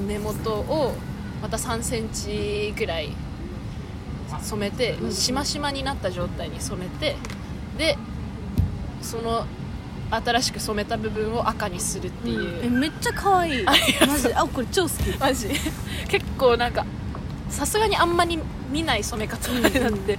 S2: 根元をまた3センチぐらい染めてしましまになった状態に染めてでその新しく染めた部分を赤にするっていう、
S1: えめっちゃ可愛いマジあこれ超好き
S2: マジ結構なんかさすがにあんまり見ない染め方になって、
S1: うんうん
S2: で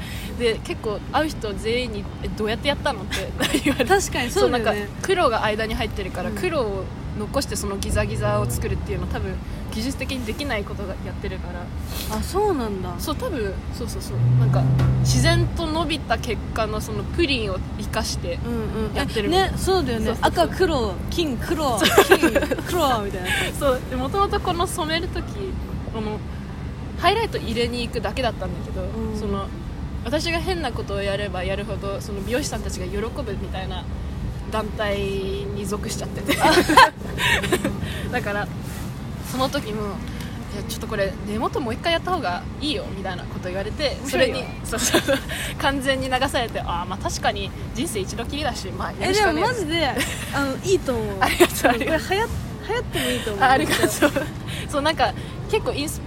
S2: 結構会う人全員に「えどうやってやったの?」って 言われて
S1: 確かにそうだよ
S2: なん
S1: ね
S2: か黒が間に入ってるから、
S1: うん
S2: 黒を残してそのギザギザを作るっていうの多分技術的にできないことがやってるから
S1: あそうなんだ
S2: そう多分そうそうそうなんか自然と伸びた結果のそのプリンを生かして
S1: うんうん
S2: やってる
S1: ねそうだよね
S2: そうそうそう
S1: 赤黒金黒金黒みたい な
S2: そうでもともとこの染める時このハイライト入れに行くだけだったんだけど、
S1: うん
S2: その私が変なことをやればやるほどその美容師さんたちが喜ぶみたいな団体に属しちゃってて だからその時も「いやちょっとこれ根元もう一回やった方がいいよ」みたいなこと言われて
S1: 面
S2: そ
S1: 白い
S2: れ
S1: よ
S2: にそうそうそう完全に流されてああまあ確かに人生一度きりだしまあや
S1: え
S2: るし
S1: で
S2: か
S1: も
S2: ね
S1: マジであのいいと思う
S2: ありがとうあ
S1: こ
S2: り
S1: れ
S2: が
S1: 流
S2: とう
S1: 行流行ってもいいと思う
S2: あありがとうそうなんか結構インス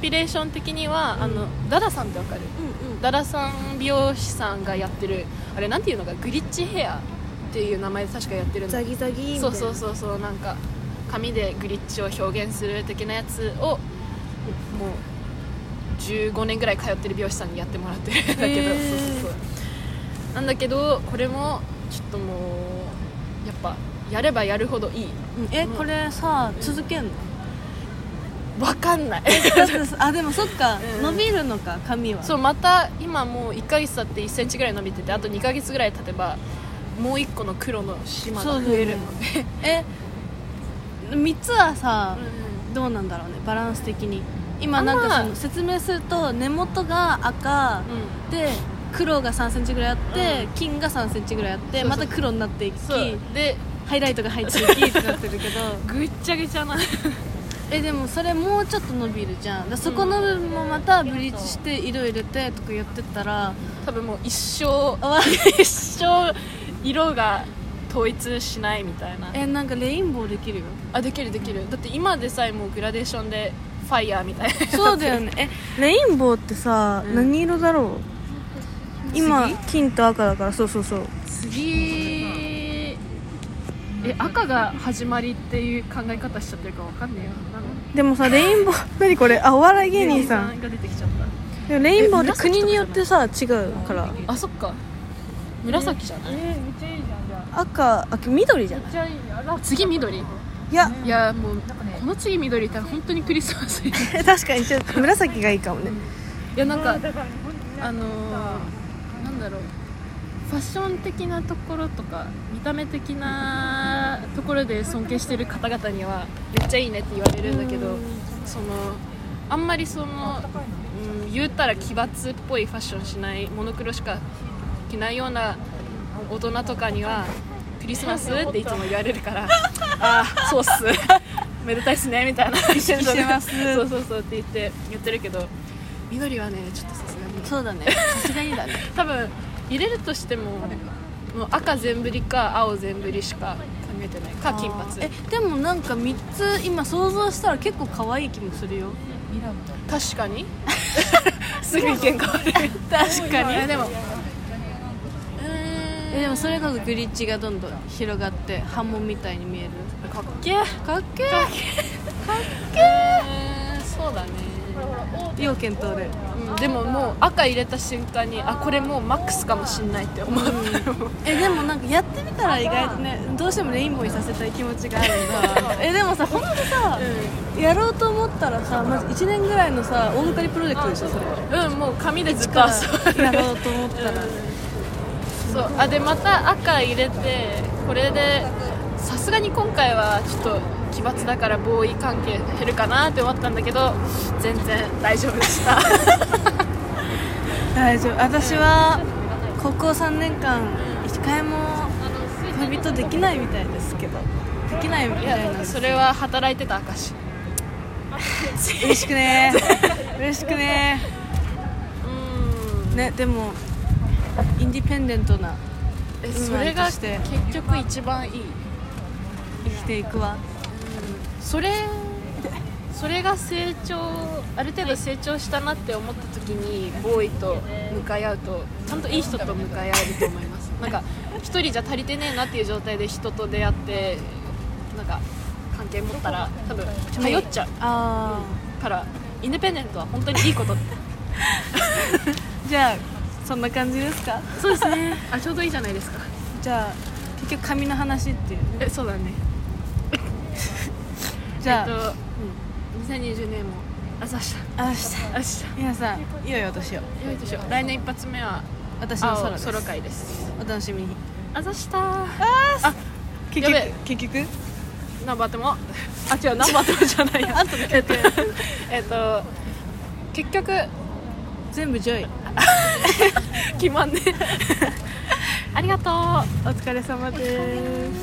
S2: ピレーション的には、あのダダさんってわかる
S1: うんうん
S2: ダダさん美容師さんがやってるあれなんていうのかグリッチヘアっていう名前で確かやってるんだ
S3: ザギザギみたいな
S2: そうそうそうそうなんか紙でグリッチを表現する的なやつをもう15年ぐらい通ってる美容師さんにやってもらってるんだけど、
S1: へー
S2: そうそうそうなんだけどこれもちょっともうやっぱやればやるほどいい
S1: えこれさ続けんの
S2: わかんない
S1: だってさ あでもそっか
S2: うん
S1: 伸びるのか髪は
S2: そうまた今もう1ヶ月経って1センチぐらい伸びててあと2ヶ月ぐらい経てばもう1個の黒の島が増えるので、
S1: え3つはさ
S2: うん
S1: どうなんだろうねバランス的に今なんか
S2: あー
S1: その説明すると根元が赤で黒が3センチぐらいあって、
S2: うん
S1: 金が3センチぐらいあって
S2: そうそう
S1: また黒になっていき
S2: そうで
S1: ハイライトが入っていきってなってる けど
S2: ぐっちゃぐちゃな
S1: えでもそれもうちょっと伸びるじゃんだからそこの部分もまたブリーチして色入れてとかやってったら
S2: 多分もう一生
S1: あわ
S2: 一生色が統一しないみたいな
S1: えなんかレインボーできるよ
S2: あできるできるだって今でさえもうグラデーションでファイヤーみたいな
S1: そうだよね えレインボーってさ、
S2: うん
S1: 何色だろう今金と赤だからそうそうそう
S2: 次え赤が始まりっていう考え方しちゃってるかわかんねえよ
S1: でもさレインボー 何これあお笑い芸人さん
S2: が出てきちゃっ
S1: でもレインボーっ
S2: え
S1: て
S2: 紫とかじ
S1: 国
S2: ゃない
S1: によってさ違うから
S2: たあそっか紫じゃない、
S3: えめっちゃいいじゃんじゃあ
S1: 赤あ緑じゃない
S3: めっちゃいいよラッ
S2: 次緑
S1: いや
S2: いやもうこの次緑いたら本当にクリスマス い
S1: 確かにちょっと紫がいいかもね
S2: やなんか
S3: だから本当に
S2: あのー、なんだろうファッション的なところとか見た目的なところで尊敬してる方々にはめっちゃいいねって言われるんだけどそのあんまりその、うん、言ったら奇抜っぽいファッションしないモノクロしか着ないような大人とかにはクリスマスっていつも言われる からああそうっす めでたいっすねみたいな一緒に
S1: してます
S2: そうそうそうって言って言ってるけど緑はねちょっとさすがに
S1: そうだねさすがにだ ね
S2: 多分入れるとしてももう赤全振りか青全振りしか考えてないか金
S1: え
S2: 髪
S1: でもなんか3つ今想像したら結構可愛い気もするよ
S2: 確か にすぐ意見変わる確かにでも
S1: えでもそれこそグリッチがどんどん広がって波紋みたいに見える
S2: かっけえ
S1: かっけ
S2: そうだね、
S1: え要検討で
S2: うん、でももう赤入れた瞬間にあこれもうマックスかもしんないって思ったよ
S1: えでもなんかやってみたら意外とねどうしてもレインボーにさせたい気持ちがあるん だえでもさ本当さ、やろうと思ったらさまず1年ぐらいのさ大掛かりプロジェクトでしょそれ
S2: うんもう紙でずっと
S1: か
S2: 遊ぶ
S1: らやろうと思ったら、
S2: そうあでまた赤入れてこれでさすがに今回はちょっと奇抜だからボーイ関係減るかなって思ったんだけど全然大丈夫でした
S1: 大丈夫私は高校3年間一回も恋人できないみたいですけどできないみ
S2: い
S1: たいなん
S2: や
S1: です
S2: それは働いてた証
S1: 嬉しくね嬉しくね
S2: うん
S1: ねでもインディペンデントな
S2: えそれが
S1: うんとして
S2: 結局一番いい
S1: 生きていくわ
S2: それそれが成長ある程度成長したなって思った時にボーイと向かい合うとちゃんといい人と向かい合えると思いますなんか一人じゃ足りてねえなっていう状態で人と出会ってなんか関係持ったら多分頼っちゃう
S1: あ
S2: からインディペンデントは本当にいいこと
S1: ーじゃあそんな感じですか
S2: そうですね あちょうどいいじゃないですか
S1: じゃあ結局髪の話っていう
S2: えそうだね
S1: じゃあ、
S2: えっと、うん、2020年もあさした
S1: 明
S2: あし
S1: 日皆さん良いお年を
S2: たよいしょ来年一発目は
S1: 私の
S2: 青
S1: ソロです
S2: ソロ会です
S1: お楽しみに
S2: あざした
S1: 結
S2: やべえ
S1: 局結局
S2: ナンバーテもあ 違うナンバーテもじゃ ないやえっとえっと結局
S1: 全部ジョイ
S2: 決まんねありがとう
S1: お疲れ様です